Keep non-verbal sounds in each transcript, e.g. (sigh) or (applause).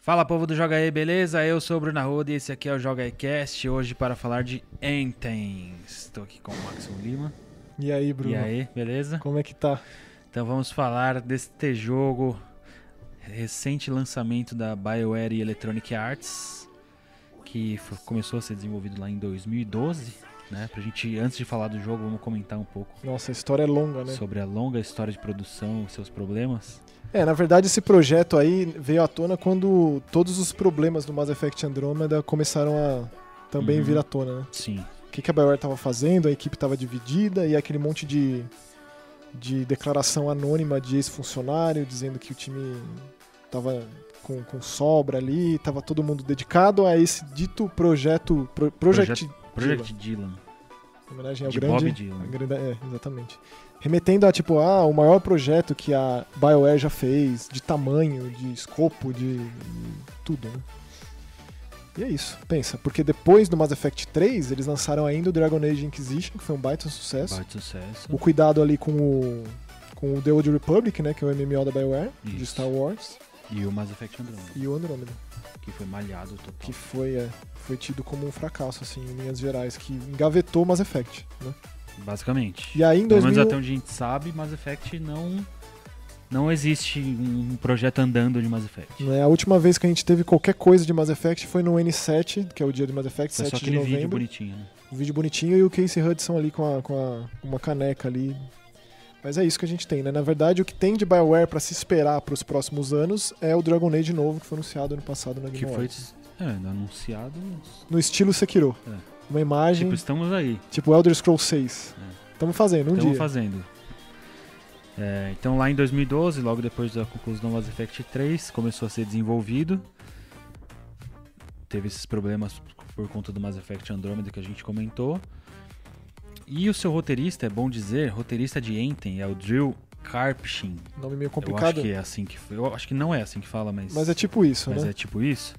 Fala povo do Joga aí, beleza? Eu sou o Bruno Arruda e esse aqui é o Joga aí Cast, hoje para falar de Entens. Estou aqui com o Max Lima. E aí, Bruno? E aí, beleza? Como é que tá? Então vamos falar deste jogo, recente lançamento da BioWare e Electronic Arts, que f- começou a ser desenvolvido lá em 2012, né? Pra gente, antes de falar do jogo, vamos comentar um pouco Nossa, a história é longa, né? sobre a longa história de produção, seus problemas. É, na verdade esse projeto aí veio à tona quando todos os problemas do Mass Effect Andromeda começaram a também Uhum. vir à tona, né? Sim, O que, que a BioWare tava fazendo, a equipe tava dividida e aquele monte de, de declaração anônima de ex-funcionário dizendo que o time tava com, com sobra ali, tava todo mundo dedicado a esse dito projeto, pro, project, Project Dylan, em homenagem ao de É grande... Bob A Dylan. grande- é, exatamente. Remetendo a, tipo, ah, o maior projeto que a BioWare já fez, de tamanho, de escopo, de tudo, né? E é isso, pensa, porque depois do Mass Effect 3, eles lançaram ainda o Dragon Age Inquisition, que foi um baita sucesso. Baita sucesso. O cuidado ali com o, com o The Old Republic, né, que é o MMO da BioWare, de Isso. Star Wars, E o Mass Effect Andromeda, e o Andromeda, que foi malhado total. que foi, é, foi tido como um fracasso, assim, em linhas gerais, que engavetou o Mass Effect, né? Basicamente. E aí em Pelo menos 2000... até onde a gente sabe, Mass Effect não. Não existe um projeto andando de Mass Effect. Né, A última vez que a gente teve qualquer coisa de Mass Effect foi no N7, que é o dia de Mass Effect, Foi só 7 de aquele novembro. vídeo bonitinho, né? Um vídeo bonitinho e o Casey Hudson ali com, a- com a- com uma caneca ali. Mas é isso que a gente tem, né? Na verdade, o que tem de BioWare pra se esperar pros próximos anos é o Dragon Age novo, que foi anunciado ano passado na Que Game foi Awards. é, anunciado. mas- No estilo Sekiro. É. Uma imagem, Tipo, É. tipo, estamos aí. Elder Scrolls 6. Estamos fazendo, um Estamos dia. fazendo. É, então lá em 2012, logo depois da conclusão do Mass Effect 3, começou a ser desenvolvido. Teve esses problemas por conta do Mass Effect Andromeda que a gente comentou. E o seu roteirista, é bom dizer, roteirista de Enten é o Drill Karpshin. Nome meio Eu acho complicado. que é assim que Eu acho que não é assim que fala, mas Mas é tipo isso, mas né? é tipo isso.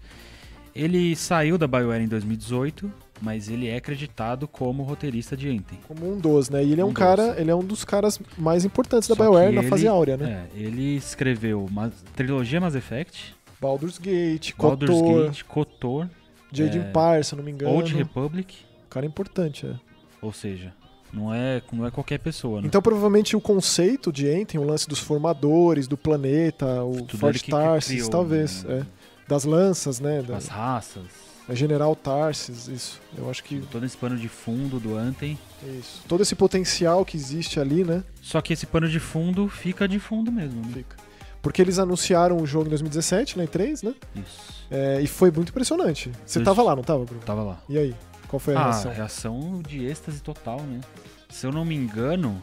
Ele saiu da BioWare em 2018, mas ele é acreditado como roteirista de Enten. Como um dos, né? E ele é um, Um dos. cara, ele é um dos caras mais importantes da Só BioWare que na fase ele- áurea, né? É, ele escreveu uma trilogia Mass Effect, Baldur's Gate, Baldur's Kotor, Gate, Kotor, Jade É. Empire, se eu não me engano. Old Republic, O cara é importante, é. ou seja, não é, não é qualquer pessoa, né? Então, provavelmente, o conceito de Enten, o lance dos formadores, do planeta, o Tudo ele Fort que- que Tarsis, criou, talvez. né? é. Das lanças, né? Da, As raças, é General Tarsis, isso. Eu acho que todo esse pano de fundo do Anten. é isso. Todo esse potencial que existe ali, né? Só que esse pano de fundo fica de fundo mesmo, né? Fica. Porque eles anunciaram o jogo em 2017, né? Em 3, né? Isso. É, e foi muito impressionante. Você Dois- tava lá, não tava, Bruno? Tava lá. E aí? Qual foi a Ah, reação? reação de êxtase total, né? Se eu não me engano,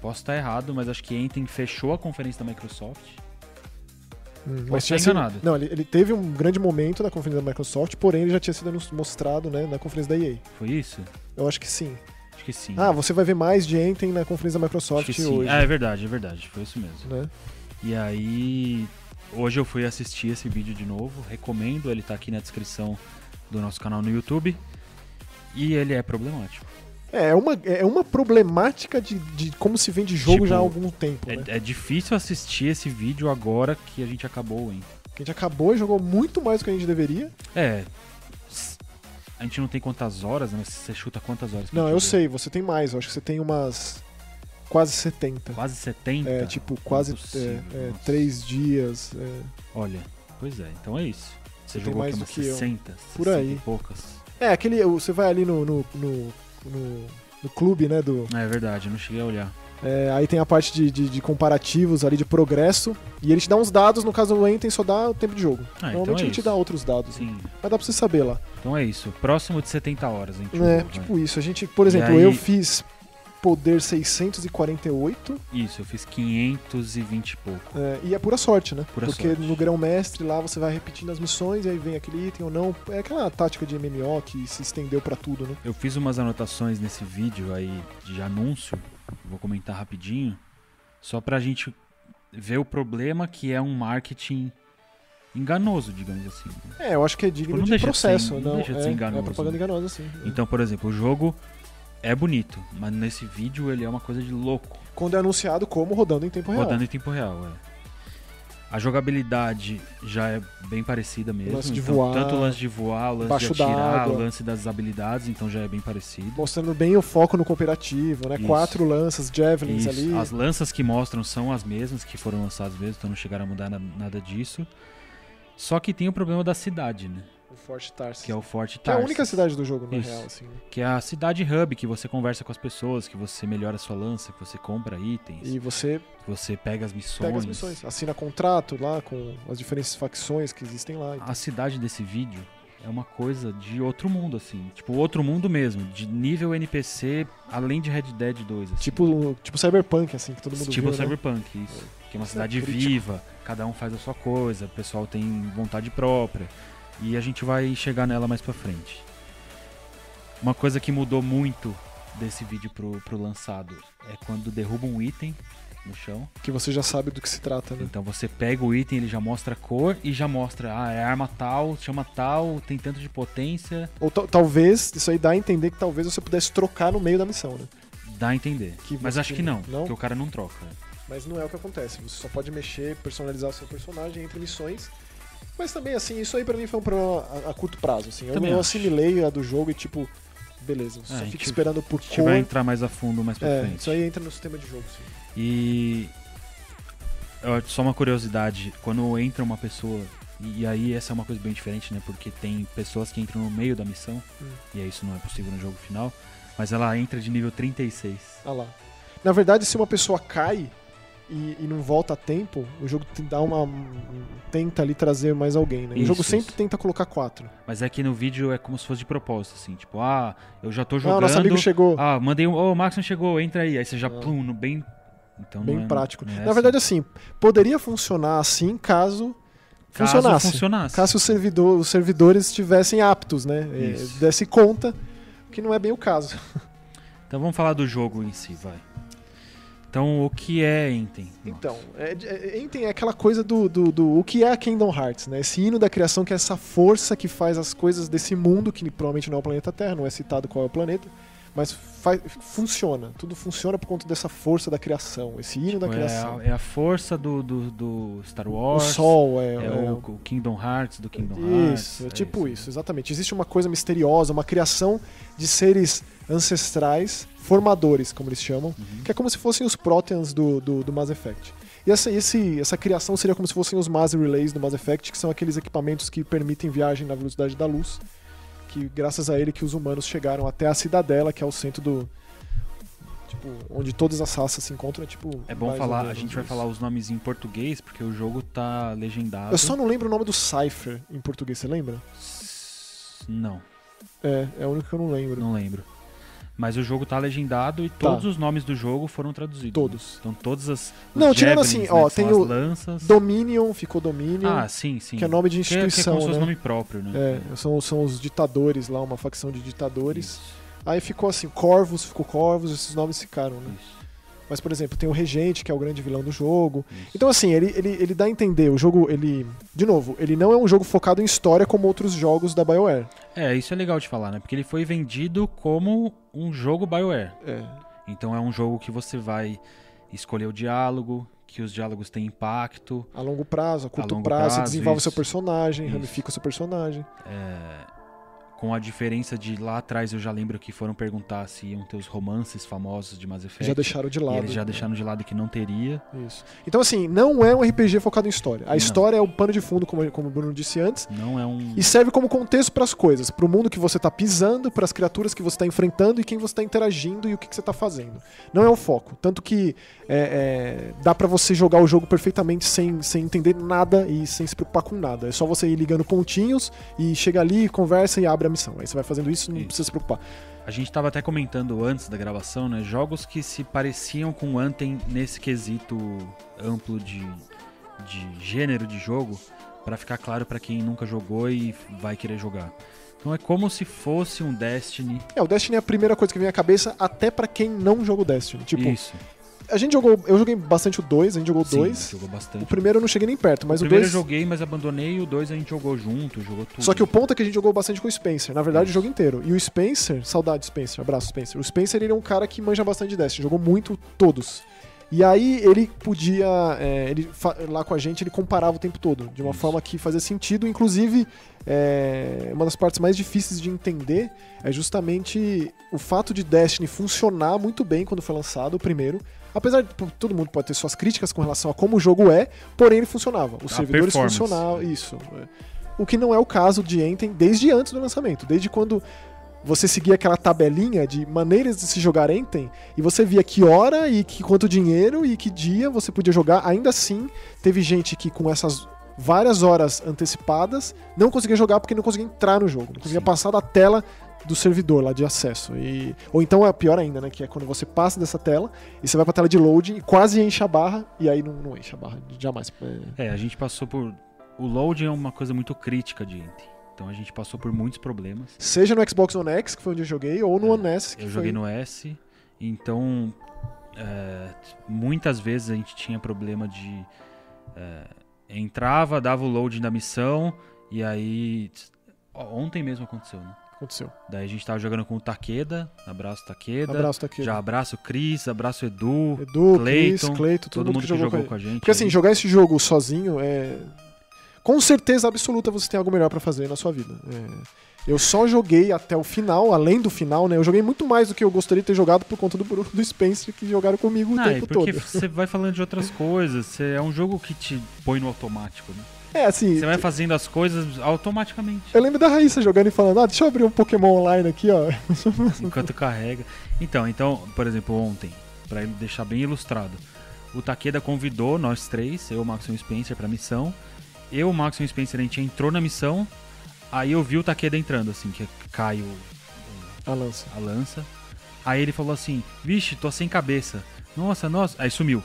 posso estar errado, mas acho que Enten fechou a conferência da Microsoft. Hum, Posso tinha estar sido- enganado. Não, ele, ele teve um grande momento na conferência da Microsoft, porém ele já tinha sido anun- mostrado né, na conferência da EA. Foi isso? Eu acho que sim. Acho que sim. Ah, você vai ver mais de Enten na conferência da Hum. acho Microsoft que sim. hoje. Ah, é verdade, é verdade. Foi isso mesmo. Né? E aí, hoje eu fui assistir esse vídeo de novo, recomendo, ele tá aqui na descrição do nosso canal no YouTube. E ele é problemático. É, é uma, é uma problemática de, de como se vende jogo Tipo, já há algum tempo, né? É, é difícil assistir esse vídeo agora que a gente acabou, hein? Que a gente acabou e jogou muito mais do que a gente deveria. É. s- A gente não tem quantas horas, né? Mas você chuta quantas horas? que a Não, gente eu deu? sei, você tem mais. Eu acho que você tem umas quase 70. Quase 70? É, tipo, quase Impossível, é, é, nossa. três dias. é. Olha, pois é, então é isso. Você Tem jogou aqui mais umas do que eu. 60, Por 60 aí. e poucas. É, aquele. Você vai ali no. no, no, no- no clube, né? Do, É verdade, eu não cheguei a olhar. é, aí tem a parte de, de- de comparativos ali, de progresso. E ele te dá uns dados, no caso do Enten só dá o tempo de jogo. Ah, então Normalmente é ele te isso. dá um- outros dados. Sim, Mas dá pra você saber lá. então é isso. Próximo de 70 horas, hein? né? vai. Tipo isso. A gente, por E exemplo, aí- eu fiz poder 648 Isso, eu fiz 520 e pouco. é, e é pura sorte, né? Pura Porque sorte. no grão mestre lá você vai repetindo as missões e aí vem aquele item ou não. É aquela tática de MMO que se estendeu pra tudo, né? Eu fiz umas anotações nesse vídeo aí de anúncio, vou comentar rapidinho, só pra gente ver o problema que é um marketing enganoso, digamos assim. É, eu acho que é digno Tipo, não de deixa de ser- processo, não não. deixa de é, ser é enganoso, propaganda né? enganosa, sim. Então, por exemplo, o jogo é bonito, mas nesse vídeo ele é uma coisa de louco. Quando é anunciado como rodando em tempo real. Rodando em tempo real, é. A jogabilidade já é bem parecida mesmo. Lance de então, voar, tanto o lance de voar, o lance de embaixo atirar, d'água. o lance das habilidades, então já é bem parecido. Mostrando bem o foco no cooperativo, né? Isso. Quatro lanças, javelins Isso. ali. As lanças que mostram são as mesmas que foram lançadas mesmo, então não chegaram a mudar na- nada disso. Só que tem o problema da cidade, né? O Forte Tarsis. Que é o Forte Que é a Tarsis. única cidade do jogo, na Isso. real, assim. né? Que é a cidade hub, que você conversa com as pessoas, que você melhora a sua lança, que você compra itens, E você que você pega as missões. pega as missões, assina contrato lá com as diferentes facções que existem lá. A cidade desse vídeo é uma coisa de outro mundo, assim. Tipo, outro mundo mesmo, de nível NPC, além de Red Dead 2. Assim. Tipo, tipo Cyberpunk, assim, que todo mundo Tipo viu, né? Cyberpunk, isso. Que é uma Isso é cidade crítico. viva, cada um faz a sua coisa, o pessoal tem vontade própria. E a gente vai chegar nela mais pra frente. Uma coisa que mudou muito desse vídeo pro, pro lançado é quando derruba um item no chão. Que você já sabe do que se trata, né? Então você pega o item, ele já mostra a cor e já mostra, ah, é arma tal, chama tal, tem tanto de potência, Ou tal- talvez, isso aí dá a entender que talvez você pudesse trocar no meio da missão, né? dá a entender. Que Mas você- acho que não, não? porque o cara não troca. Mas não é o que acontece. Você só pode mexer, personalizar o seu personagem entre missões. Mas também, assim, isso aí pra mim foi um problema a, a curto prazo, assim. Eu, Também eu acho. assimilei a do jogo e, tipo, beleza, você É, a só gente- fica esperando por A gente vai cor. entrar mais a fundo mais pra É, frente. isso aí entra no sistema de jogo, sim. E ó, só uma curiosidade, quando entra uma pessoa, e e aí essa é uma coisa bem diferente, né? Porque tem pessoas que entram no meio da missão, Hum. e aí isso não é possível no jogo final, mas ela entra de nível 36. Ah lá. Na verdade, se uma pessoa cai e, e não volta a tempo, o jogo te dá uma. um, tenta ali trazer mais alguém, né? o Isso, jogo sempre isso. tenta colocar quatro. Mas é que no vídeo é como se fosse de propósito, assim, tipo, ah, eu já tô Ah, jogando. nosso amigo chegou. Ah, mandei um. Ô, o Maxon chegou, entra aí. Aí você já Ah. plum, no bem. Então bem não é- prático. não é Na verdade, assim, poderia funcionar assim caso. assim. Caso funcionasse. funcionasse. Caso o servidor, os servidores estivessem aptos, né? É, Isso. Desse conta, que não é bem o caso. Então vamos falar do jogo em si, vai. Então, o que é Enten? Então, é, é, Enten é aquela coisa do, do, do- o que é a Kingdom Hearts, né? Esse hino da criação que é essa força que faz as coisas desse mundo, que provavelmente não é o planeta Terra, não é citado qual é o planeta, mas faz, funciona. Tudo funciona por conta dessa força da criação, esse hino da Tipo, é, criação. a, é a força do, do, do Star o Wars. sol é, É, é o, o- o Kingdom Hearts do Kingdom Hearts. Isso, é tipo isso, né? exatamente. Existe uma coisa misteriosa, uma criação de seres ancestrais, formadores, como eles chamam, Uhum. que é como se fossem os Proteans do, do, do Mass Effect. E essa, esse, essa criação seria como se fossem os Mass Relays do Mass Effect, que são aqueles equipamentos que permitem viagem na velocidade da luz, que graças a ele que os humanos chegaram até a Cidadela, que é o centro do... Tipo, onde todas as raças se encontram, é tipo... É bom mais ou falar, a menos gente vai isso. falar os nomes em português, porque o jogo tá legendado. Eu só não lembro o nome do Cypher em português, você lembra? S- Não, É, é o único que eu não lembro. não lembro. Mas o jogo tá legendado e todos os nomes do jogo foram traduzidos. Todos. Então todas as. os Não, tirando javelins, assim, né, ó, que são tem o as lanças. Dominion ficou Dominion, Ah, sim, sim. que é nome de Que é- que é instituição, como se fosse né? nome próprio, né? É, são, são os ditadores lá, uma facção de ditadores. Isso, Aí ficou assim, Corvus ficou Corvus, esses nomes ficaram, né? isso, Mas, por exemplo, tem o Regente, que é o grande vilão do jogo. isso. Então, assim, ele, ele, ele dá a entender, o jogo, ele... De novo, ele não é um jogo focado em história como outros jogos da BioWare. É, isso é legal de falar, né? Porque ele foi vendido como um jogo BioWare. É. Então é um jogo que você vai escolher o diálogo, que os diálogos têm impacto. A longo prazo, a curto longo prazo, prazo, desenvolve isso. seu personagem, Isso. ramifica o seu personagem. é, Com a diferença de lá atrás eu já lembro que foram perguntar se iam ter os romances famosos de Mass Effect. Já deixaram de lado. E eles já né? deixaram de lado que não teria. Isso. Então, assim, não é um RPG focado em história. A Não. história é o pano de fundo, como, como o Bruno disse antes. Não é um. E serve como contexto para as coisas, para o mundo que você tá pisando, para as criaturas que você tá enfrentando e quem você tá interagindo e o que, que você tá fazendo. Não é o foco. Tanto que é, é, dá para você jogar o jogo perfeitamente sem, sem entender nada e sem se preocupar com nada. É só você ir ligando pontinhos e chega ali, conversa e abre a missão. Aí você vai fazendo isso e não Isso. precisa se preocupar. A gente tava até comentando antes da gravação, né? Jogos que se pareciam com Anthem nesse quesito amplo de, de gênero de jogo, pra ficar claro pra quem nunca jogou e vai querer jogar. Então é como se fosse um Destiny. É, o Destiny é a primeira coisa que vem à cabeça, até para quem não joga o Destiny. Tipo, Isso. a gente jogou. Eu joguei bastante o 2, a gente jogou o Sim, 2. jogou bastante. O primeiro eu não cheguei nem perto, mas O o primeiro 2. eu joguei, mas abandonei. O dois a gente jogou junto, jogou tudo. Só que o ponto é que a gente jogou bastante com o Spencer, na verdade Isso. o jogo inteiro. E o Spencer, saudade Spencer, abraço Spencer. O Spencer ele é um cara que manja bastante de Destiny, jogou muito todos. E aí ele podia, é, ele fa- lá com a gente, ele comparava o tempo todo, de uma forma que fazia sentido. Inclusive, é, uma das partes mais difíceis de entender é justamente o fato de Destiny funcionar muito bem quando foi lançado, o primeiro. Apesar de pô, todo mundo pode ter suas críticas com relação a como o jogo é, porém ele funcionava. Os A servidores performance. funcionavam, isso. é. O que não é o caso de Enten desde antes do lançamento, desde quando você seguia aquela tabelinha de maneiras de se jogar Enten e você via que hora e que quanto dinheiro e que dia você podia jogar. Ainda assim, teve gente que com essas várias horas antecipadas não conseguia jogar porque não conseguia entrar no jogo, não conseguia Sim. passar da tela do servidor lá de acesso. E ou então é pior ainda, né, que é quando você passa dessa tela e você vai pra tela de loading e quase enche a barra e aí não, não enche a barra jamais. É, É, a gente passou por. O loading é uma coisa muito crítica de Ente. Então a gente passou por muitos problemas. Seja no Xbox One X, que foi onde eu joguei, ou no É, One S, que Eu foi... joguei no S, então é, muitas vezes a gente tinha problema de. é, entrava, dava o load da missão, e aí. ó, Ontem mesmo aconteceu, né? Aconteceu. Daí a gente tava jogando com o Takeda, abraço Takeda. Abraço daqui. Já abraço o Cris, abraço o Edu, Edu, Cleiton, Clayton, Cleito, todo mundo que jogou, com a gente. Porque assim, aí. jogar esse jogo sozinho é. Com certeza absoluta você tem algo melhor pra fazer na sua vida. É. Eu só joguei até o final, além do final, né? Eu joguei muito mais do que eu gostaria de ter jogado por conta do Bruno do Spencer, que jogaram comigo o Ah, é tempo porque todo. você vai falando de outras coisas, você- é um jogo que te põe no automático, né? É, assim. Você vai fazendo as coisas automaticamente. Eu lembro da Raíssa jogando e falando, ah, deixa eu abrir um Pokémon online aqui, ó. (laughs) enquanto carrega. Então, então, por exemplo, ontem, pra ele deixar bem ilustrado, o Takeda convidou nós três, eu, o Max e o Spencer, pra missão. Eu, o Max e o Spencer, a gente entrou na missão. Aí eu vi o Takeda entrando, assim, que cai o- A lança. a lança. Aí ele falou assim: Vixe, tô sem cabeça. Nossa, nossa. Aí sumiu.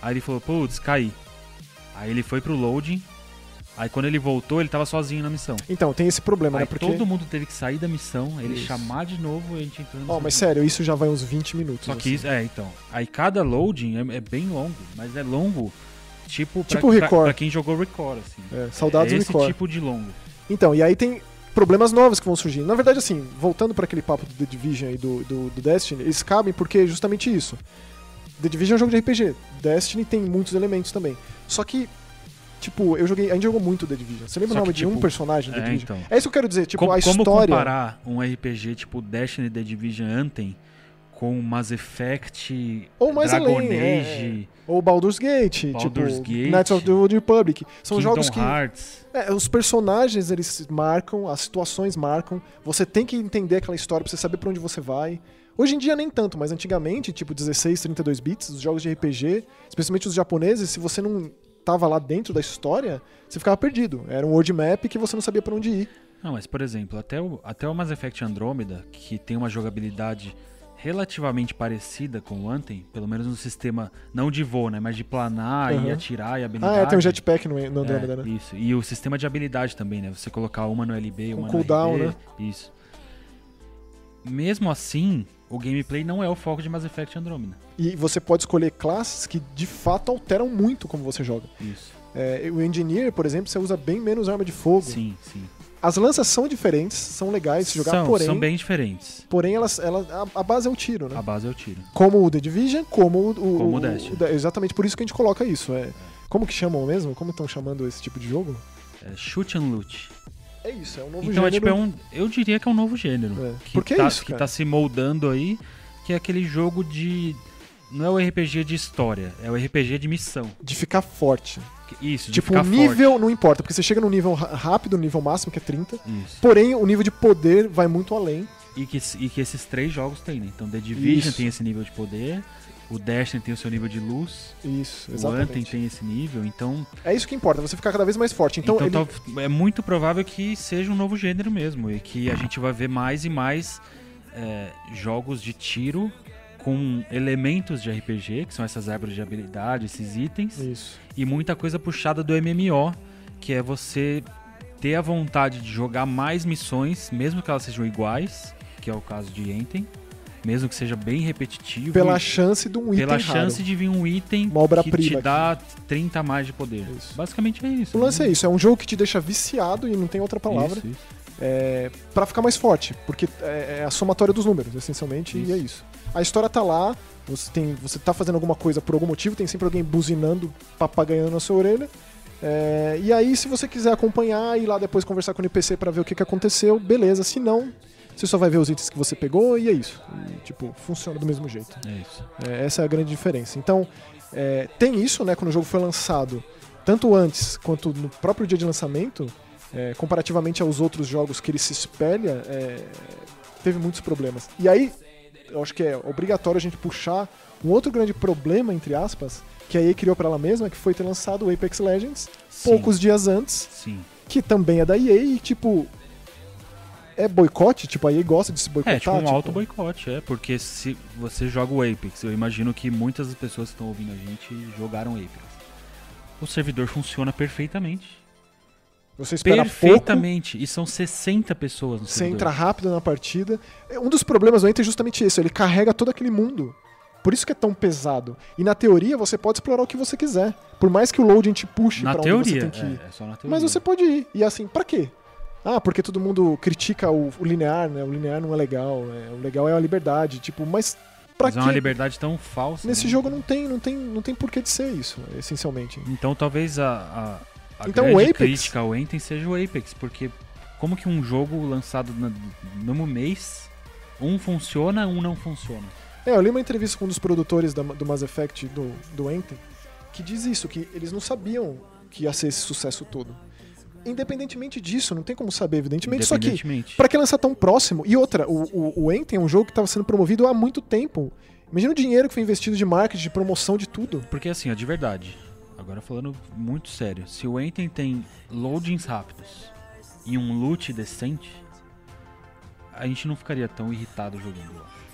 Aí ele falou: Putz, caí. Aí ele foi pro loading. Aí quando ele voltou, ele tava sozinho na missão. Então, tem esse problema, Aí né? Porque. todo mundo teve que sair da missão, ele Isso. chamar de novo e a gente entrou na Ó, missão mas de sério, isso já vai uns 20 minutos. só que assim. isso, é, então. Aí cada loading é, é bem longo, mas é longo, tipo, pra, Tipo o pra- Record. pra quem jogou Record, assim. É, saudades é do esse Record. tipo de longo. Então, e aí tem problemas novos que vão surgir. Na verdade, assim, voltando para aquele papo do The Division e do, do, do Destiny, eles cabem porque é justamente isso. The Division é um jogo de RPG. Destiny tem muitos elementos também. Só que, tipo, eu joguei. A gente jogou muito The Division. Você lembra Só o nome que, de um tipo, personagem do The é, Division? então. É isso que eu quero dizer, tipo, como, a como história. comparar um RPG tipo Destiny The Division Anthem com Mass Effect, Ou mais Dragon além, é, Age, Ou Baldur's Gate, Baldur's tipo, Gate. Knights of the Old Republic. São Kingdom jogos que. Hearts. É, os personagens eles marcam, as situações marcam. Você tem que entender aquela história pra você saber pra onde você vai. Hoje em dia nem tanto, mas antigamente, tipo 16, 32 bits, os jogos de RPG, especialmente os japoneses, se você não tava lá dentro da história, você ficava perdido. Era um world map que você não sabia pra onde ir. Não, mas por exemplo, até o, até o Mass Effect Andromeda, que tem uma jogabilidade relativamente parecida com o Anthem, pelo menos no sistema não de voo, né, mas de planar e Aham. atirar e habilidade. Ah, é, tem um jetpack no, no Andromeda, É, né? Isso. E o sistema de habilidade também, né? Você colocar uma no LB, Com uma cooldown, no RB, né? Isso. Mesmo assim, o gameplay não é o foco de Mass Effect Andromeda. E você pode escolher classes que de fato alteram muito como você joga. Isso. É, o Engineer, por exemplo, você usa bem menos arma de fogo. Sim, sim. As lanças são diferentes, são legais de jogar, são, porém. são bem diferentes. Porém, elas, elas, a- a base é o tiro, né? A base é o tiro. Como o The Division, como o, o, Como o Destiny. De- Exatamente, por isso que a gente coloca isso. É. Como que chamam mesmo? Como estão chamando esse tipo de jogo? É shoot and loot. É isso, é um novo então é gênero. tipo, é um, eu diria que é um novo gênero. É. Que Porque é tá, isso, que cara. tá se moldando aí, que é aquele jogo de. Não é o RPG de história, é o RPG de missão. De ficar forte. Que- Isso, um de tipo, ficar o nível forte. não importa, porque você chega num nível ra- rápido, no nível máximo, que é 30. Isso. Porém, o nível de poder vai muito além. E que, e que esses três jogos têm, né? Então, The Division Isso. tem esse nível de poder, o Destiny tem o seu nível de luz, Isso, o Anthem exatamente. tem esse nível, então, É isso que importa, você ficar cada vez mais forte. Então, então, ele- tal- é muito provável que seja um novo gênero mesmo, e que a gente vai ver mais e mais é, jogos de tiro com elementos de RPG, que são essas árvores de habilidade, esses itens, Isso. e muita coisa puxada do MMO, que é você ter a vontade de jogar mais missões, mesmo que elas sejam iguais, que é o caso de Enten, mesmo que seja bem repetitivo, Pela e chance de um item pela raro. chance de vir um item Uma obra que prima te aqui. dá 30 a mais de poder. Isso. Basicamente é isso. O lance né? é isso, é um jogo que te deixa viciado e não tem outra palavra. Isso, isso. é, para ficar mais forte, porque é a somatória dos números, essencialmente, Isso. e é isso. A história tá lá, você, tem, você tá fazendo alguma coisa por algum motivo, tem sempre alguém buzinando, papagaiando na sua orelha. É, e aí, se você quiser acompanhar e ir lá depois conversar com o NPC para ver o que, que aconteceu, beleza. Se não, você só vai ver os itens que você pegou e é isso. E, tipo, funciona do mesmo jeito. É isso. É, essa é a grande diferença. Então, é, tem isso, né? Quando o jogo foi lançado, tanto antes quanto no próprio dia de lançamento, é, comparativamente aos outros jogos que ele se espelha, é, teve muitos problemas. E aí, eu acho que é obrigatório a gente puxar um outro grande problema, entre aspas, que a EA criou para ela mesma, que foi ter lançado o Apex Legends Sim, poucos dias antes Sim. que também é da EA e, tipo, é boicote, tipo, a EA gosta de se boicotar. É, tipo um alto boicote, é, porque se você joga o Apex, eu imagino que muitas das pessoas que estão ouvindo a gente jogaram Apex. O servidor funciona perfeitamente. Você espera pouco, Perfeitamente. E são 60 pessoas no você servidor. entra rápido na partida. É, Um dos problemas do Enter é justamente esse, ele carrega todo aquele mundo. Por isso que é tão pesado. E na teoria você pode explorar o que você quiser. Por mais que o loading te puxe na pra onde você teoria, tem que ir. é, é só na teoria. Mas você pode ir. E assim, pra quê? Ah, porque todo mundo critica o, o linear, né? O linear não é legal. né? O legal é a liberdade. Tipo, mas pra Mas é uma quê? liberdade tão falsa. Nesse né? jogo não tem, não tem, não tem porquê de ser isso, essencialmente. Então talvez a, a, a Então, grande o Apex- crítica ao Anthem seja o Apex, porque como que um jogo lançado na- no mesmo mês, um funciona, um não funciona. É, eu li uma entrevista com um dos produtores da- do Mass Effect, do, do Anthem, que diz isso, que eles não sabiam que ia ser esse sucesso todo. Independentemente disso, não tem como saber, evidentemente, só que Independentemente. pra que lançar tão próximo? E outra, o, o, o Anthem é um jogo que estava sendo promovido há muito tempo. Imagina o dinheiro que foi investido de marketing, de promoção, de tudo. Porque assim, ó, de verdade, agora falando muito sério, se o Anthem tem loadings rápidos e um loot decente, a gente não ficaria tão irritado jogando, eu acho.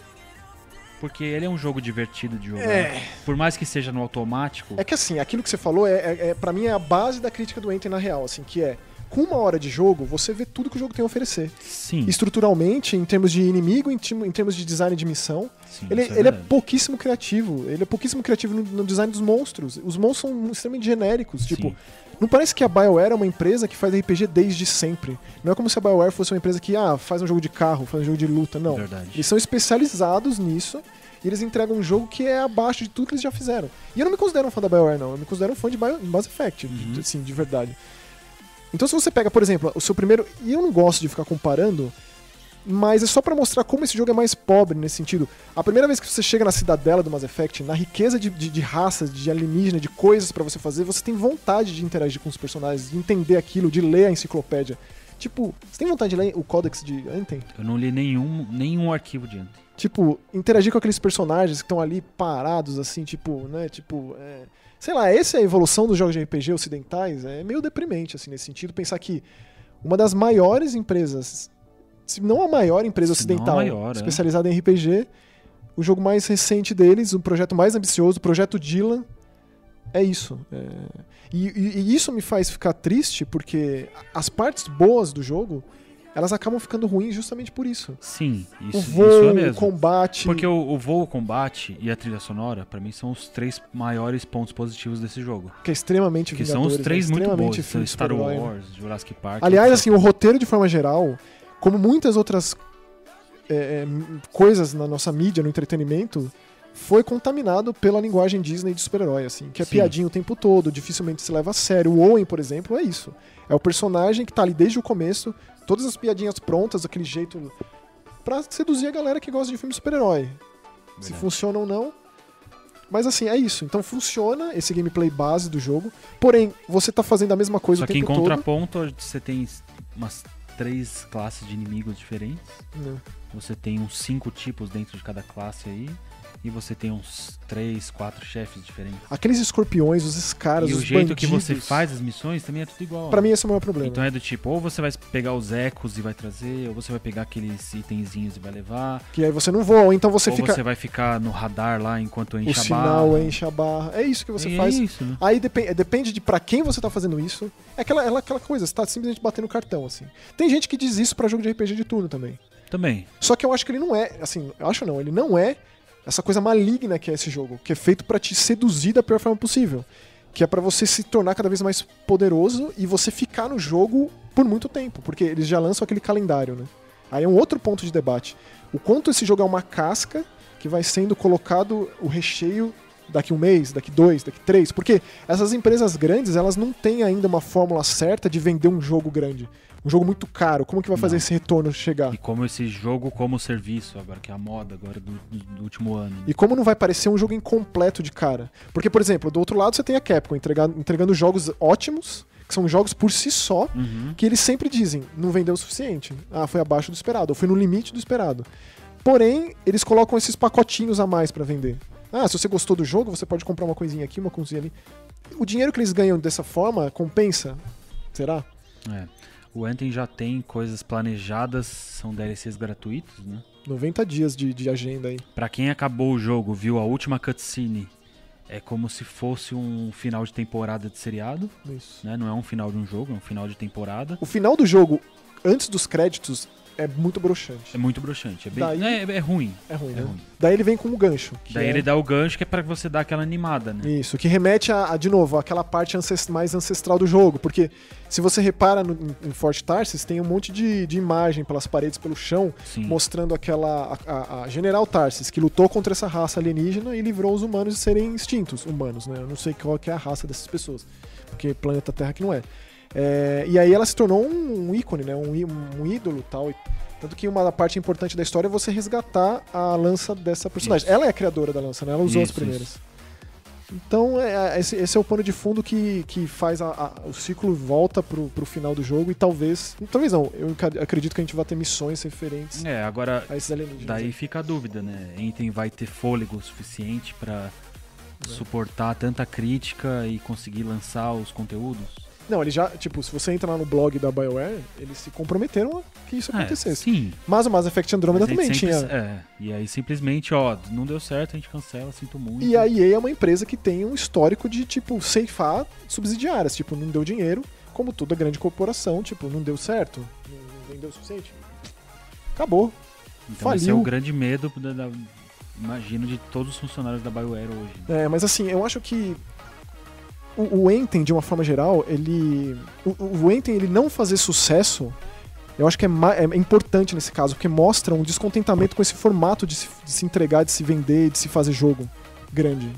Porque ele é um jogo divertido de jogar. É. Por mais que seja no automático, É que assim, aquilo que você falou, é, é, é- pra mim é a base da crítica do Anthem na real, assim, que é, com uma hora de jogo, você vê tudo que o jogo tem a oferecer. sim. estruturalmente, em termos de inimigo, em, tim- em termos de design de missão. sim, Ele, isso ele é verdade. pouquíssimo criativo. Ele é pouquíssimo criativo no, no design dos monstros. Os monstros são extremamente genéricos. Tipo, Sim. não parece que a BioWare é uma empresa que faz RPG desde sempre. Não é como se a BioWare fosse uma empresa que ah, faz um jogo de carro, faz um jogo de luta. Não. Verdade. Eles são especializados nisso. E eles entregam um jogo que é abaixo de tudo que eles já fizeram. E eu não me considero um fã da BioWare, não. Eu me considero um fã de Bio- Mass Effect, de- Uhum. assim, de verdade. Então, se você pega, por exemplo, o seu primeiro. E eu não gosto de ficar comparando, mas é só pra mostrar como esse jogo é mais pobre nesse sentido. A primeira vez que você chega na cidadela do Mass Effect, na riqueza de, de- de raças, de alienígena, de coisas pra você fazer, você tem vontade de interagir com os personagens, de entender aquilo, de ler a enciclopédia. Tipo, você tem vontade de ler o Codex de Anten? Eu não li nenhum, nenhum arquivo de Anthem. Tipo, interagir com aqueles personagens que estão ali parados, assim, tipo, né? Tipo, é... sei lá, essa é a evolução dos jogos de RPG ocidentais. É meio deprimente, assim, nesse sentido, pensar que uma das maiores empresas, se não a maior empresa Se não a ocidental maior, é. especializada em RPG, o jogo mais recente deles, o projeto mais ambicioso, o projeto Dylan, é isso. é. E, e- e isso me faz ficar triste, porque as partes boas do jogo, elas acabam ficando ruins justamente por isso. Sim, isso, O voo, isso é o mesmo. combate. Porque o, o voo, o combate e a trilha sonora, pra mim, são os três maiores pontos positivos desse jogo. que é extremamente Que são os Vingadores, três né? muito extremamente bons. filme são de Star super-herói, né? Wars, Jurassic Park. Aliás, etc. assim, o roteiro de forma geral, como muitas outras é, é, m- coisas na nossa mídia, no entretenimento, foi contaminado pela linguagem Disney de super-herói, assim, que é Sim. piadinha o tempo todo, dificilmente se leva a sério. O Owen, por exemplo, é isso. É o personagem que tá ali desde o começo, todas as piadinhas prontas, aquele jeito pra seduzir a galera que gosta de filme de super-herói. assim, se Verdade. funciona ou não. Mas assim, é isso. Então funciona esse gameplay base do jogo. Porém, você tá fazendo a mesma coisa Só o que em tempo contraponto, você tem umas três classes de inimigos diferentes. todo. né? Você tem uns cinco tipos dentro de cada classe aí. E você tem uns três, quatro chefes diferentes. Aqueles escorpiões, os escaras, e os o jeito bandidos, que você faz as missões também é tudo igual. Pra né? mim esse é o maior problema. Então é do tipo, ou você vai pegar os ecos e vai trazer, ou você vai pegar aqueles itenzinhos e vai levar, Que aí você não voa, ou então você é ou fica... você vai ficar no radar lá enquanto enche o a sinal barra. né? enche a barra. É isso que você E faz. É isso, né? Aí depen- depende de pra quem você tá fazendo isso. É aquela, é aquela coisa, você tá simplesmente batendo cartão, assim. Tem gente que diz isso pra jogo de RPG de turno também. Também. Só que eu acho que ele não é, assim, eu acho não, ele não é essa coisa maligna que é esse jogo, que é feito pra te seduzir da pior forma possível, que é pra você se tornar cada vez mais poderoso e você ficar no jogo por muito tempo, porque eles já lançam aquele calendário, né? Aí é um outro ponto de debate. O quanto esse jogo é uma casca que vai sendo colocado o recheio daqui um mês, daqui dois, daqui três, porque essas empresas grandes elas não têm ainda uma fórmula certa de vender um jogo grande, um jogo muito caro. Como que vai fazer Não. esse retorno chegar? E como esse jogo como serviço, agora que é a moda agora do, do- do último ano. né? E como não vai parecer um jogo incompleto de cara? Porque, por exemplo, do outro lado você tem a Capcom entregar- entregando jogos ótimos, que são jogos por si só, Uhum. que eles sempre dizem, não vendeu o suficiente. Ah, foi abaixo do esperado, ou foi no limite do esperado. Porém, eles colocam esses pacotinhos a mais pra vender. Ah, se você gostou do jogo, você pode comprar uma coisinha aqui, uma coisinha ali. O dinheiro que eles ganham dessa forma compensa? Será? É. O Anthem já tem coisas planejadas, são DLCs gratuitos, né? 90 dias de, de agenda aí. Pra quem acabou o jogo, viu a última cutscene, é como se fosse um final de temporada de seriado, Isso. né? Não é um final de um jogo, é um final de temporada. O final do jogo, antes dos créditos, é muito É broxante. muito broxante, é bem, Daí- é, é ruim. É ruim, É né? ruim. Daí ele vem com o gancho. que Daí é- ele dá o gancho que é pra você dar aquela animada, né? Isso, que remete a, a, de novo, aquela parte ancest- mais ancestral do jogo, porque se você repara no, em, em Fort Tarsis, tem um monte de, de imagem pelas paredes, pelo chão, Sim. mostrando aquela a, a- a General Tarsis, que lutou contra essa raça alienígena e livrou os humanos de serem extintos, humanos, né? Eu não sei qual que é a raça dessas pessoas, porque planeta Terra que não é. É, e aí ela se tornou um, um ícone, né? Um, í- um ídolo tal, e tanto que uma parte importante da história é você resgatar a lança dessa personagem. Isso. Ela é a criadora da lança, né? Ela usou as Isso, primeiras. Então, é, é, esse, esse é o pano de fundo que, que faz a- a- o ciclo volta pro, pro final do jogo e talvez. Talvez não, eu enca- acredito que a gente vai ter missões referentes É, agora a esses alienígenas. Daí fica a dúvida, né? Anthem vai ter fôlego suficiente pra É. suportar tanta crítica e conseguir lançar os conteúdos? Não, ele já, tipo, se você entra lá no blog da BioWare, eles se comprometeram a que isso É, acontecesse. sim. Mas o Mass Effect Andromeda Mas a gente também tinha. sempre- É, e aí simplesmente, ó, não deu certo, a gente cancela, sinto muito. E a EA é uma empresa que tem um histórico de, tipo, ceifar subsidiárias. Tipo, não deu dinheiro, como toda grande corporação, tipo, não deu certo, não, não vendeu o suficiente. Acabou. então esse é faliu. o grande medo, da, da- imagino, de todos os funcionários da BioWare hoje. né? É, mas assim, eu acho que o, o Enten, de uma forma geral, ele. O, o- o Enten, ele não fazer sucesso, eu acho que é, ma- é importante nesse caso, porque mostra um descontentamento com esse formato de se, de se entregar, de se vender, de se fazer jogo grande.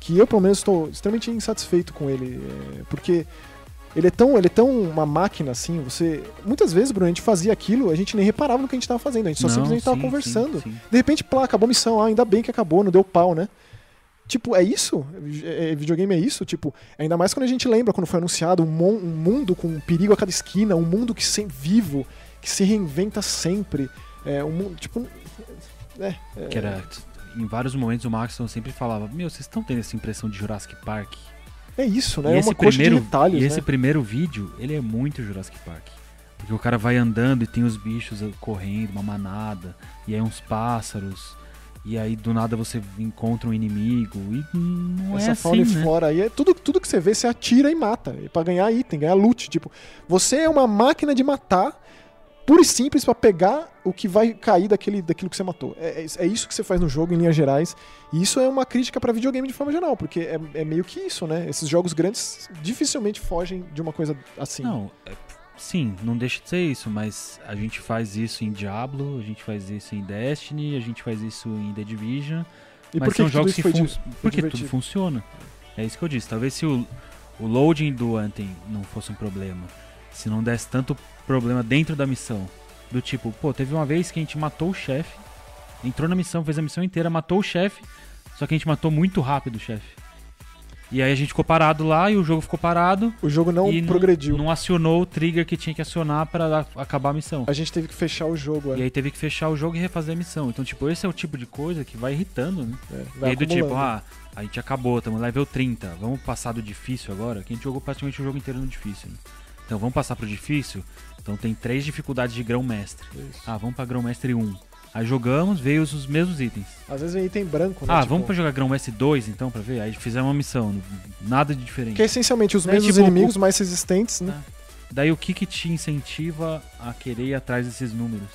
Que eu, pelo menos, estou extremamente insatisfeito com ele, é, porque. Ele é, tão, ele é tão uma máquina assim, você. Muitas vezes, Bruno, a gente fazia aquilo, a gente nem reparava no que a gente tava fazendo, a gente só Não, simplesmente tava sim, conversando. sim, sim. De repente, plá, acabou a missão. Ah, ainda bem que acabou, não deu pau, né? Tipo, é isso? É- é- videogame é isso? Tipo, ainda mais quando a gente lembra quando foi anunciado um, mon- um mundo com um perigo a cada esquina, um mundo que sem vivo, que se reinventa sempre. É, um mundo, tipo. É, é, Que era, em vários momentos o Maxon sempre falava, meu, vocês estão tendo essa impressão de Jurassic Park? é isso, né? E É esse uma coxa primeiro, de detalhes, e esse né? primeiro vídeo, ele é muito Jurassic Park. Porque o cara vai andando e tem os bichos uh, correndo, uma manada, e aí uns pássaros, e aí do nada você encontra um inimigo, e não Essa é fauna assim, e né? flora aí, é tudo, tudo que você vê, você atira e mata. E pra ganhar item, ganhar loot. Tipo, você é uma máquina de matar, pura e simples, pra pegar o que vai cair daquele, daquilo que você matou. É, é isso- é isso que você faz no jogo, em linhas gerais. E isso é uma crítica pra videogame de forma geral, porque é, é meio que isso, né? Esses jogos grandes dificilmente fogem de uma coisa assim. Não, é, sim, não deixa de ser isso, mas a gente faz isso em Diablo, a gente faz isso em Destiny, a gente faz isso em The Division, e mas são tudo jogos isso que foi fun... de- porque tudo divertido? funciona. É isso que eu disse. Talvez se o, o loading do Anthem não fosse um problema, se não desse tanto problema dentro da missão, do tipo, pô, teve uma vez que a gente matou o chefe, entrou na missão, fez a missão inteira, matou o chefe, só que a gente matou muito rápido o chefe. E aí a gente ficou parado lá e o jogo ficou parado O jogo não e progrediu. Não, não acionou o trigger que tinha que acionar pra a- acabar a missão. A gente teve que fechar o jogo, é. E aí teve que fechar o jogo e refazer a missão. Então, tipo, esse é o tipo de coisa que vai irritando, né? É, E vai aí do tipo, acumulando. ah, a gente acabou, estamos level 30, vamos passar do difícil agora, que a gente jogou praticamente o jogo inteiro no difícil. né? Então vamos passar pro difícil? Então tem três dificuldades de grão-mestre. É Isso. Ah, vamos pra grão-mestre 1. Aí jogamos, veio os, os mesmos itens. Às vezes vem item branco, né? ah, Tipo, vamos pra jogar grão-mestre 2 então, pra ver? Aí fizemos uma missão, nada de diferente. Que é essencialmente os Né, mesmos tipo, inimigos mais resistentes, né? Daí o que que te incentiva a querer ir atrás desses números?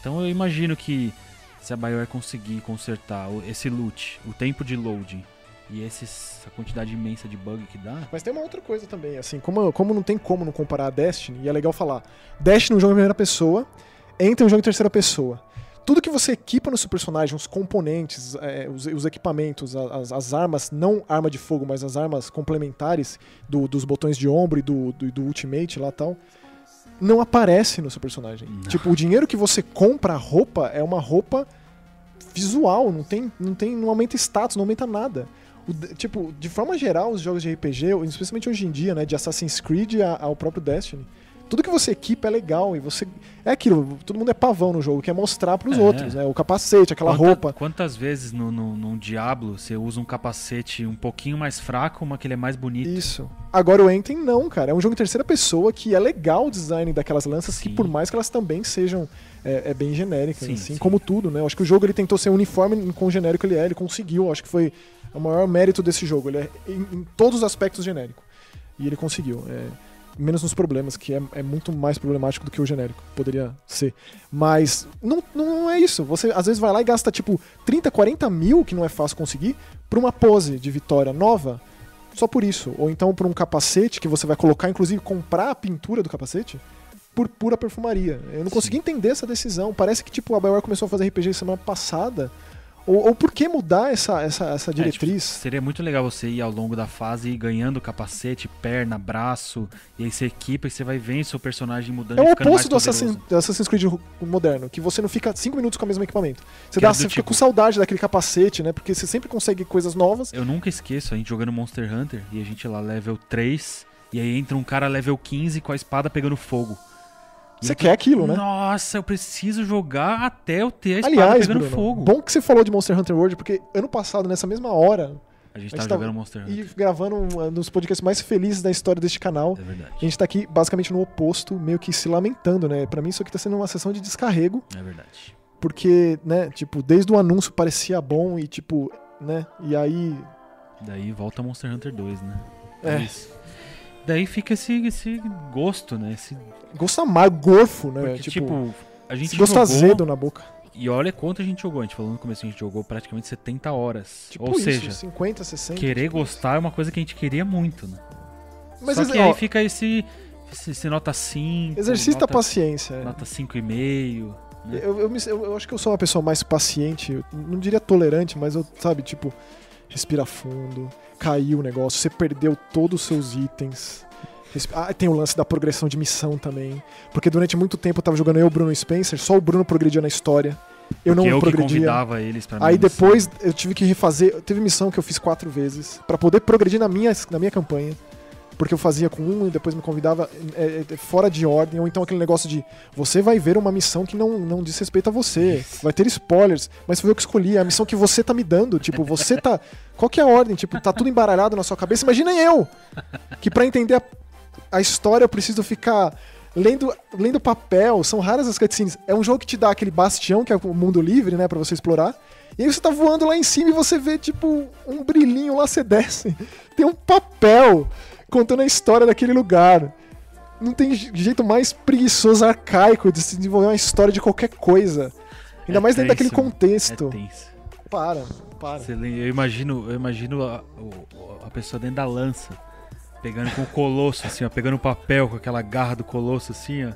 Então eu imagino que se a BioWare conseguir consertar o- esse loot, o tempo de loading E esses, essa quantidade imensa de bug que dá. Mas tem uma outra coisa também, assim, como, como não tem como não comparar a Destiny, e é legal falar, Destiny é um jogo em primeira pessoa, entra um jogo em terceira pessoa. Tudo que você equipa no seu personagem, os componentes, é, os, os equipamentos, as, as armas, não arma de fogo, mas as armas complementares do- dos botões de ombro e do, do, do ultimate lá e tal, não aparece no seu personagem. Tipo, o dinheiro que você compra a roupa é uma roupa visual, não tem, não tem, não aumenta status, não aumenta nada. O de- tipo, de forma geral, os jogos de RPG, especialmente hoje em dia, né, de Assassin's Creed a- ao próprio Destiny, tudo que você equipa é legal e você é aquilo, todo mundo é pavão no jogo, quer mostrar pros É. tá outros, né? O capacete, aquela Quanta- roupa. Quantas vezes no, no, num Diablo você usa um capacete um pouquinho mais fraco, mas que ele é mais bonito? Isso. Agora o Anthem não, cara. É um jogo em terceira pessoa que é legal o design daquelas lanças, que Sim. por mais que elas também sejam é, é bem genéricas, Sim, assim, sim. como tudo, né? Eu acho que o jogo ele tentou ser uniforme em quão genérico ele é, ele conseguiu. Eu acho que foi o maior mérito desse jogo. Ele é em, em todos os aspectos genérico. E ele conseguiu. é, menos nos problemas, que é, é muito mais problemático do que o genérico. Poderia ser. Mas não, não é isso. Você às vezes vai lá e gasta tipo 30, 40 mil, que não é fácil conseguir, pra uma pose de vitória nova. Só por isso. Ou então por um capacete que você vai colocar, inclusive comprar a pintura do capacete, por pura perfumaria. Eu não Sim. consegui entender essa decisão. Parece que tipo a Bioware começou a fazer RPG semana passada. Ou, ou por que mudar essa, essa, essa É, tipo, diretriz? seria muito legal você ir ao longo da fase e ir ganhando capacete, perna, braço, e aí você equipa e você vai vendo seu personagem mudando É e o ficando oposto do mais Assassin- poderoso. do Assassin's Creed ro- moderno, que você não fica cinco minutos com o mesmo equipamento. Você, Que é dá, do você fica tipo- com saudade daquele capacete, né? Porque você sempre consegue coisas novas. Eu nunca esqueço a gente jogando Monster Hunter e a gente lá level 3, e aí entra um cara level 15 com a espada pegando fogo. E Você eu tô- quer aquilo, né? Nossa, eu preciso jogar até eu ter a espada Aliás, tá pegando Bruno, fogo. bom que você falou de Monster Hunter World, porque ano passado, nessa mesma hora, a gente a tava gente tava- jogando Monster e Hunter. gravando um dos podcasts mais felizes da história deste canal, É a verdade. gente tá aqui basicamente no oposto, meio que se lamentando, né? Pra mim isso aqui tá sendo uma sessão de descarrego, É verdade. porque, né, tipo, desde o anúncio parecia bom e, tipo, né, e aí... Daí volta Monster Hunter 2, né? É. isso. Daí fica esse, esse gosto, né? Esse, Gosto amargo, gorfo, né? porque, tipo, a gente É, Esse gosto jogou, azedo na boca. E olha quanto a gente jogou. A gente falou no começo, a gente jogou praticamente 70 horas. Tipo Ou isso, tipo seja, 50, 60. querer gostar é uma coisa que a gente queria muito, né? Mas Só ex- que ó, aí fica esse, esse, esse nota 5. exercício da nota, paciência. Nota 5,5. né? Eu, eu, me- eu- eu acho que eu sou uma pessoa mais paciente, eu não diria tolerante, mas eu, sabe, tipo, respira fundo, caiu o negócio, você perdeu todos os seus itens. Resp- Ah, tem o lance da progressão de missão também. Porque durante muito tempo eu tava jogando eu, e o Bruno Spencer, só o Bruno progredia na história. Eu que não eu que progredia. convidava eles pra Aí mim, assim. depois eu tive que refazer. Teve missão que eu fiz quatro vezes pra poder progredir na minha, na minha campanha. Porque eu fazia com um e depois me convidava é, é, fora de ordem. Ou então aquele negócio de você vai ver uma missão que não, não diz respeito a você. Vai ter spoilers. Mas foi eu que escolhi. É a missão que você tá me dando. Tipo, você tá. Qual que é a ordem? Tipo, tá tudo embaralhado na sua cabeça. Imagina eu! Que pra entender a, a história eu preciso ficar. Lendo, lendo papel, são raras as cutscenes. É um jogo que te dá aquele bastião, que é o mundo livre, né, pra você explorar. E aí você tá voando lá em cima e você vê, tipo, um brilhinho lá, você desce. (laughs) Tem um papel contando a história daquele lugar. Não tem je- jeito mais preguiçoso, arcaico de se desenvolver uma história de qualquer coisa. Ainda É mais dentro daquele tenso, mano. contexto. É tenso. para, mano, para. Você lem- eu imagino, eu imagino a, o- a pessoa dentro da lança, pegando com o colosso, assim, ó, pegando o papel com aquela garra do colosso, assim, ó,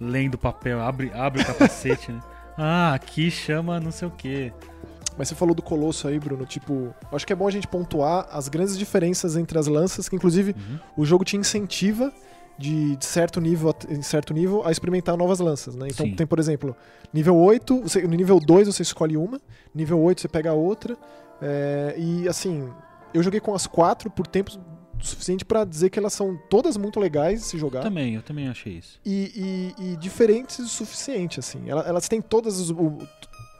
lendo o papel, abre, abre o capacete, (laughs) né? Ah, aqui chama não sei o quê. Mas você falou do Colosso aí, Bruno. Tipo, eu acho que é bom a gente pontuar as grandes diferenças entre as lanças, que inclusive o jogo te incentiva de, de certo nível a- em certo nível a experimentar novas lanças, né? Então Sim. tem, por exemplo, nível 8, você- no nível 2 você escolhe uma, nível 8 você pega a outra. é, e assim, eu joguei com as quatro por tempo suficiente pra dizer que elas são todas muito legais de se Eu jogar também, eu também achei isso. e, e- e diferentes o suficiente, assim. Ela- Elas, têm todas os. o-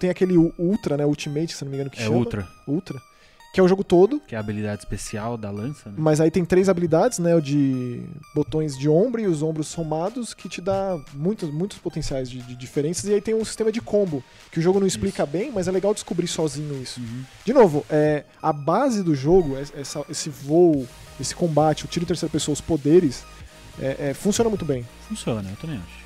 tem aquele u- Ultra, né? Ultimate, se não me engano, que é chama. outra, Ultra. Que é o jogo todo. que é a habilidade especial da lança, né? Mas aí tem três habilidades, né? O de botões de ombro e os ombros somados, que te dá muitos, muitos potenciais de, de diferenças. E aí tem um sistema de combo, que o jogo não explica bem, mas é legal descobrir sozinho isso. Uhum. De novo, é, a base do jogo, es- essa- esse voo, esse combate, o tiro em terceira pessoa, os poderes, é- é, funciona muito bem. Funciona, eu também acho.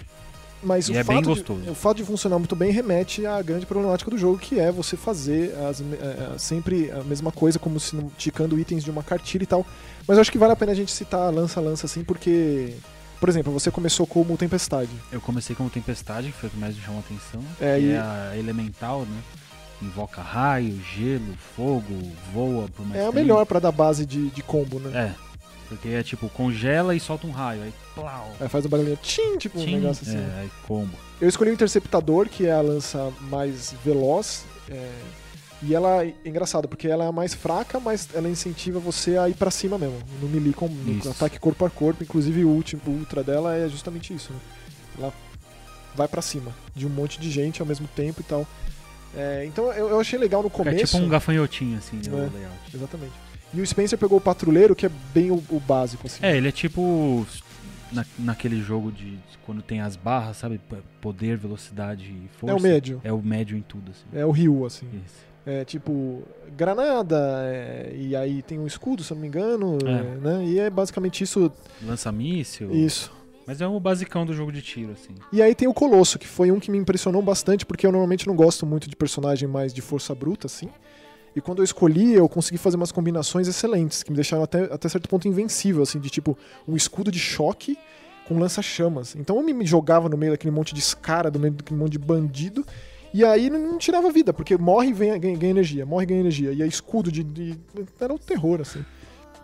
Mas E o, é fato bem de- gostoso. o fato de funcionar muito bem remete à grande problemática do jogo, que é você fazer as me- eh, eh, sempre a mesma coisa, como se não- ticando itens de uma cartilha e tal. Mas eu acho que vale a pena a gente citar lança a lança assim, porque. Por exemplo, você começou como Tempestade. Eu comecei como Tempestade, que foi o que mais me chamou a atenção. É, que e- é a elemental, né? Invoca raio, gelo, fogo, voa por mais é a tempo. melhor pra dar base de, de combo, né? É. Porque é tipo, congela e solta um raio. Aí, plau. Aí faz um barulhinho tchim, tipo um É. tchim, negócio assim. É, aí combo. Eu escolhi o Interceptador, que é a lança mais veloz. é, E ela é engraçada, porque ela é a mais fraca, mas ela incentiva você a ir pra cima mesmo. No melee, com, no Isso. ataque corpo a corpo. Inclusive o último o ultra dela é justamente isso. Né? Ela vai pra cima de um monte de gente ao mesmo tempo e tal. É, então eu, eu achei legal no É começo. tipo um gafanhotinho, assim, né, É. o layout. Exatamente. E o Spencer pegou o patrulheiro, que é bem o, o básico, assim. É, ele é tipo na, naquele jogo de de quando tem as barras, sabe? P- Poder, velocidade e força. É o médio. É o médio em tudo, assim. É o Ryu, assim. Isso. É tipo granada, é, e aí tem um escudo, se eu não me engano, É. é, né? E é basicamente isso, Lança míssil. isso. Mas é o basicão do jogo de tiro, assim. E aí tem o Colosso, que foi um que me impressionou bastante, porque eu normalmente não gosto muito de personagem mais de força bruta, assim. E quando eu escolhi, eu consegui fazer umas combinações excelentes, que me deixaram até, até certo ponto invencível, assim, de tipo um escudo de choque com lança-chamas. Então eu me me jogava no meio daquele monte de escara, no meio daquele monte de bandido, e aí não- não tirava vida, porque morre e vem- ganha, ganha energia, morre e ganha energia. E aí escudo de, de- Era um terror, assim.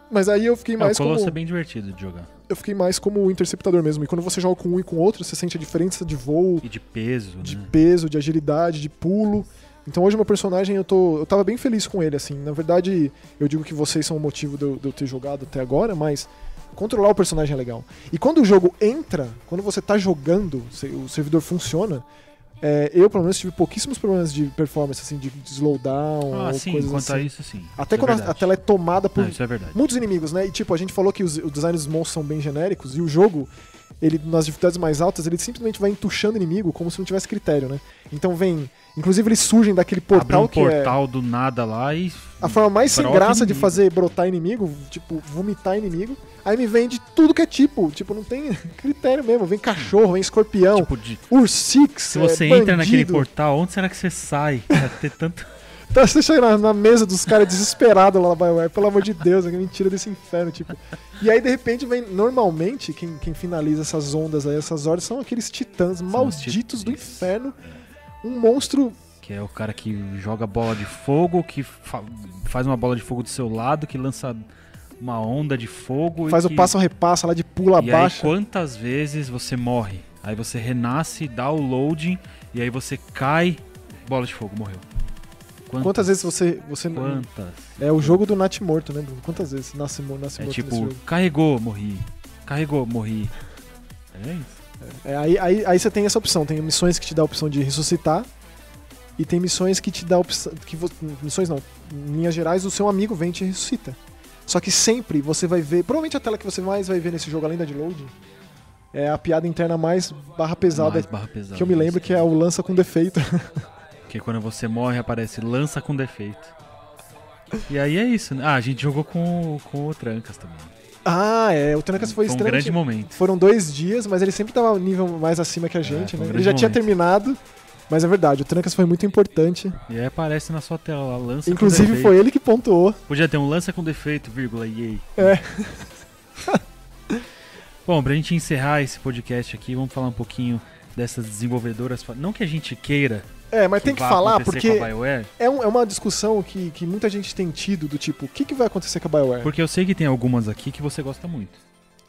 Mas aí eu fiquei É, o mais Colosso como é bem divertido de jogar. eu fiquei mais como o interceptador mesmo. E quando você joga com um e com outro, você sente a diferença de voo, E de peso, de né? peso, de agilidade, de pulo. Então hoje meu personagem, eu, tô, eu tava bem feliz com ele, assim. Na verdade, eu digo que vocês são o motivo de eu, de eu ter jogado até agora, mas controlar o personagem é legal. E quando o jogo entra, quando você tá jogando, se- o servidor funciona, é, eu pelo menos tive pouquísimos problemas de performance, assim, de, de slowdown, Ah, ou sim, coisas quanto assim. a isso, sim. Isso Até é quando a, a verdade. tela é tomada por Não, isso é verdade. muitos inimigos, né? E tipo, a gente falou que os, o design dos monstros são bem genéricos e o jogo, ele nas dificuldades mais altas, ele simplesmente vai entuchando inimigo como se não tivesse critério, né? Então vem, inclusive eles surgem daquele Abre portal um que portal do nada lá e. é a forma mais sem brota graça de inimigo. fazer brotar inimigo, tipo, vomitar inimigo. Aí me vem de tudo que é tipo, tipo, não tem (laughs) critério mesmo, vem cachorro, vem escorpião, Tipo, de- ursix, se você é, entra naquele bandido. portal, onde será que você sai? Pra ter tanto. (laughs) Tá você chega na, na mesa dos caras desesperado lá na BioWare, pelo amor de Deus, que mentira desse inferno, tipo. E aí, de repente, vem. Normalmente, quem, quem finaliza essas ondas aí, essas horas, são aqueles titãs os malditos do titãs. inferno. Um monstro. Que é o cara que joga bola de fogo, que fa- faz uma bola de fogo do seu lado, que lança uma onda de fogo. Faz e o que- passo-repassa lá de pula E aí, baixa. quantas vezes você morre? Aí você renasce, dá o loading, e aí você cai, bola de fogo, morreu. Quantas vezes você. você Quantas? É o jogo do Nath Morto, né, Bruno? Quantas vezes nasce, mo- nasce É morto nesse tipo, jogo? carregou, morri. Carregou, morri. É isso. É, aí, aí, aí você tem essa opção. Tem missões que te dá a opção de ressuscitar. E tem missões que te dá a opção. Que vo- missões não. Em linhas gerais, o seu amigo vem e te ressuscita. Só que sempre você vai ver. Provavelmente a tela que você mais vai ver nesse jogo, além da de loading, é a piada interna mais barra pesada. Mais barra pesada. que eu me lembro que é o lança com defeito. (laughs) Porque quando você morre, aparece lança com defeito. E aí é isso, né? Ah, a gente jogou com, o- com o Trancas também. ah, é. O Trancas foi, Foi um grande extremamente- momento. Foram dois dias, mas ele sempre tava nível mais acima que a gente, foi um né? Ele grande já tinha momento. terminado, mas é verdade, o Trancas foi muito importante. E aí aparece na sua tela lá, lança com Inclusive, defeito. foi ele que pontuou. Podia ter um lança com defeito, vírgula, yay. É. (laughs) Bom, pra gente encerrar esse podcast aqui, vamos falar um pouquinho dessas desenvolvedoras. fa- Não que a gente queira. É, mas tem que vá falar, acontecer porque Com a BioWare, É, um- é uma discussão que, que muita gente tem tido do tipo, o que, que vai acontecer com a BioWare? É. porque eu sei que tem algumas aqui que você gosta muito.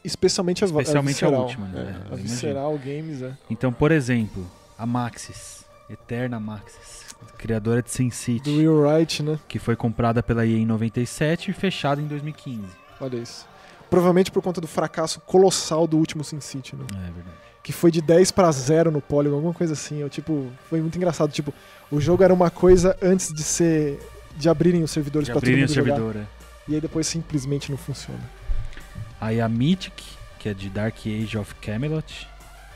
especialmente a, Especialmente a a visceral. última, né? É, Eu a imagino. Visceral Games, é. Então, por exemplo, a Maxis. Eterna Maxis. Criadora de Do SimCity. Will Wright, né? Que foi comprada pela EA em 97 e fechada em 2015. Olha isso. Provavelmente por conta do fracasso colossal do último SimCity, né? É verdade. Que foi de 10 pra 0 no Polygon, alguma coisa assim. Eu, tipo, foi muito engraçado. Tipo, o jogo era uma coisa antes de ser. de abrirem os servidores De pra todo abrirem mundo o jogar. servidor, é. E aí depois simplesmente não funciona. Aí a Mythic, que é de Dark Age of Camelot,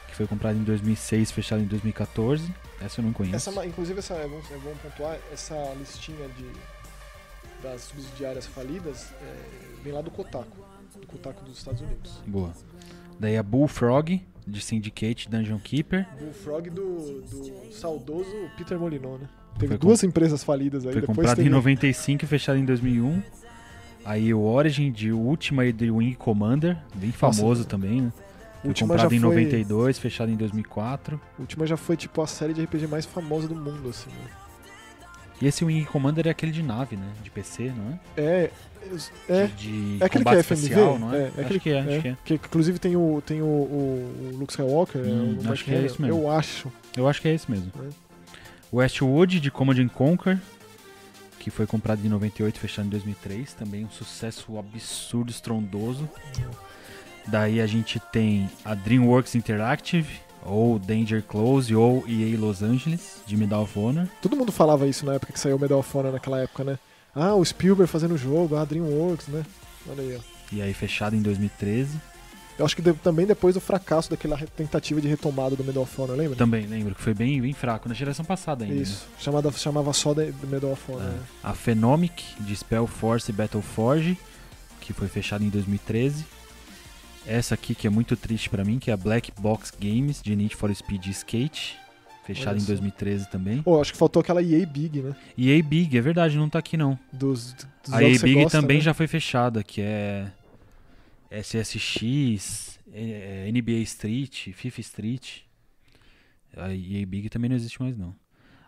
que foi comprada em 2006, fechada em 2014. Essa eu não conheço. Essa, ma- inclusive, essa, é, bom, é bom pontuar, essa listinha de, das subsidiárias falidas é, vem lá do Kotaku, do Kotaku dos Estados Unidos. Boa. Daí a Bullfrog, de Syndicate, Dungeon Keeper. Bullfrog do, do saudoso Peter Molyneux, né? Teve Foi com- duas empresas falidas aí. Foi depois comprado teve... em 95 e fechado em 2001. Aí o Origin de Ultima e The Wing Commander, bem Nossa. famoso também, né? Foi Ultima comprado já em foi- 92, fechado em 2004. Última já foi, tipo, a série de RPG mais famosa do mundo, assim. né? E esse Wing Commander é aquele de nave, né? De PC, não é? É. É. de, de É aquele que combate é FMV? espacial, não é? É, é acho aquele- que é, acho que é. Que, inclusive tem o, tem o, o, o Luke Skywalker. Hum, é, o acho Mark que é Hamill. isso mesmo. Eu acho. Eu acho que é esse mesmo. É. Westwood de Command and Conquer, que foi comprado em 98, fechado em 2003, também um sucesso absurdo, estrondoso. Daí a gente tem a DreamWorks Interactive, ou Danger Close, ou EA Los Angeles, de Medal of Honor. Todo mundo falava isso na época que saiu o Medal of Honor naquela época, né? Ah, o Spielberg fazendo o jogo, ah, Dreamworks, né? Olha aí, ó. E aí fechado em 2013. Eu acho que de- também depois do fracasso daquela re- tentativa de retomada do Medal of Honor, lembra? Também lembro que foi bem, bem fraco, na geração passada ainda. né? Ah. Isso. Chamada, chamava só de de Medal of Honor. né? É. A Phenomic de Spellforce e Battleforge, que foi fechada em 2013. Essa aqui que é muito triste pra mim, que é a Black Box Games de Need for Speed e Skate, fechada Olha em só. 2013 também. Pô, acho que faltou aquela EA Big, né? E a Big, é verdade, não tá aqui não. Dos, dos a jogos que EA você Big gosta, também né? já foi fechada, que é SSX, é, é, NBA Street, FIFA Street. A EA Big também não existe mais não.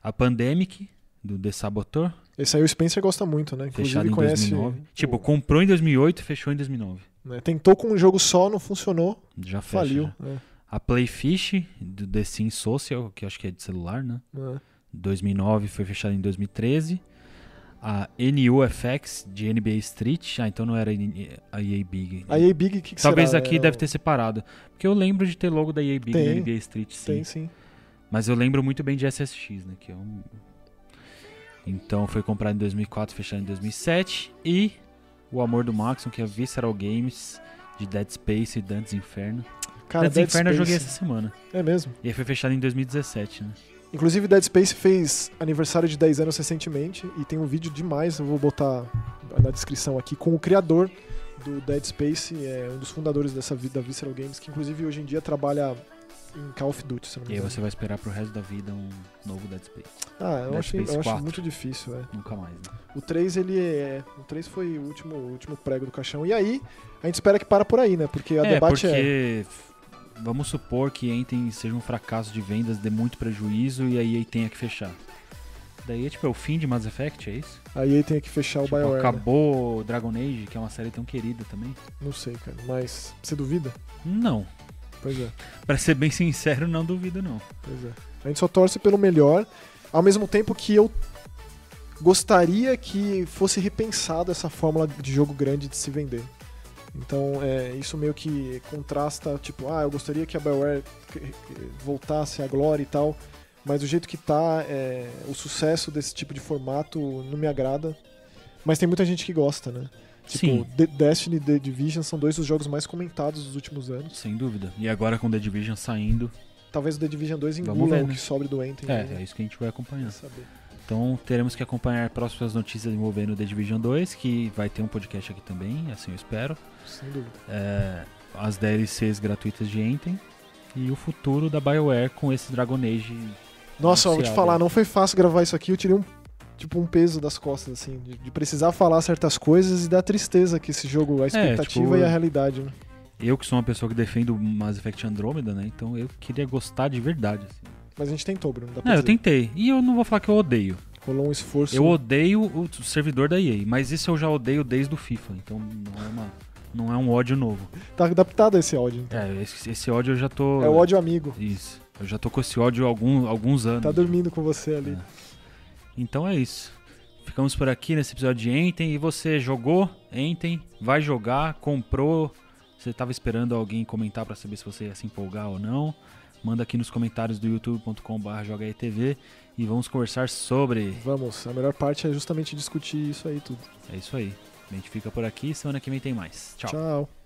A Pandemic do The Saboteur, Esse aí o Spencer gosta muito, né? Inclusive fechada em conhece. 2009. Tipo, o- comprou em 2008 e fechou em 2009. né? Tentou com um jogo só, não funcionou, Já fecha. faliu. já. né? A Playfish, do The Sims Social, que eu acho que é de celular, né? Né? 2009 foi fechada em 2013. A NUFX, de NBA Street. Ah, então não era a EA Big. né? A EA Big, o que, que Talvez será? aqui É deve o- ter separado. Porque eu lembro de ter logo da EA Big Tem, na NBA Street, sim. Tem, sim. Mas eu lembro muito bem de SSX, né? Que é um... Então foi comprado em 2004, fechado em 2007. E O Amor do Maxon, que é Visceral Games, de Dead Space e Dantes Inferno. Cara, Dantes Inferno eu joguei Space. essa semana. É mesmo. E aí foi fechado em 2017, né? Inclusive, Dead Space fez aniversário de 10 anos recentemente e tem um vídeo demais, eu vou botar na descrição aqui, com o criador do Dead Space, é um dos fundadores dessa vida da Visceral Games, que inclusive hoje em dia trabalha em Call of Duty, se eu não E me aí engano. você vai esperar pro resto da vida um novo Dead Space. Ah, eu, Dead achei, eu Space acho 4. muito difícil, é. Nunca mais, né? O 3, ele é. O 3 foi o último, o último prego do caixão. E aí, a gente espera que para por aí, né? Porque a é, porque... debate é. f- Vamos supor que Enten seja um fracasso de vendas, dê muito prejuízo e aí tenha que fechar. Daí, tipo, é o fim de Mass Effect, é isso? Aí tem que fechar o Tipo, BioWare. né? acabou Dragon Age, que é uma série tão querida também? Não sei, cara. Mas. Você duvida? Não. Pois é, Pra ser bem sincero, não duvido, não. pois é. A gente só torce pelo melhor, ao mesmo tempo que eu gostaria que fosse repensado essa fórmula de jogo grande de se vender. Então, é, isso meio que contrasta, tipo, ah, eu gostaria que a BioWare que- que voltasse à glória e tal, mas do jeito que tá, é, o sucesso desse tipo de formato não me agrada. Mas tem muita gente que gosta, né? Tipo, Sim. The- Destiny e The Division são dois dos jogos mais comentados dos últimos anos. Sem dúvida. E agora com The Division saindo, Talvez o The Division 2 Vamos engula ver, o né? que sobre do Anthem. aí, é, né? é isso que a gente vai acompanhando. Saber. Então teremos que acompanhar próximas notícias envolvendo The Division 2, que vai ter um podcast aqui também, assim eu espero. Sem dúvida. É, as DLCs gratuitas de Enten e o futuro da BioWare com esse Dragon Age. Nossa, eu vou te anunciado. falar, não foi fácil gravar isso aqui. Eu tirei um tipo um peso das costas, assim, de, de precisar falar certas coisas e da tristeza que esse jogo, a expectativa tipo, e a realidade. Né? Eu que sou uma pessoa que defende o Mass Effect Andromeda, né? Então eu queria gostar de verdade. assim. Mas a gente tentou, Bruno. Dá pra Não, eu dizer. tentei. E eu não vou falar que eu odeio. Rolou um esforço. Eu odeio o servidor da EA, mas isso eu já odeio desde o FIFA. Então não é, uma- não é um ódio novo. Tá adaptado a esse ódio. então. É, esse, esse ódio eu já tô. É o ódio amigo. Isso. Eu já tô com esse ódio há algum, alguns anos. Tá dormindo com você ali. É. Então é isso. Ficamos por aqui nesse episódio de Entem. E você jogou Entem, vai jogar, comprou. Você estava esperando alguém comentar para saber se você ia se empolgar ou não. Manda aqui nos comentários do youtube.com.br jogaetv e vamos conversar sobre. Vamos, a melhor parte é justamente discutir isso aí tudo. É isso aí. A gente fica por aqui. Semana que vem tem mais. Tchau. Tchau.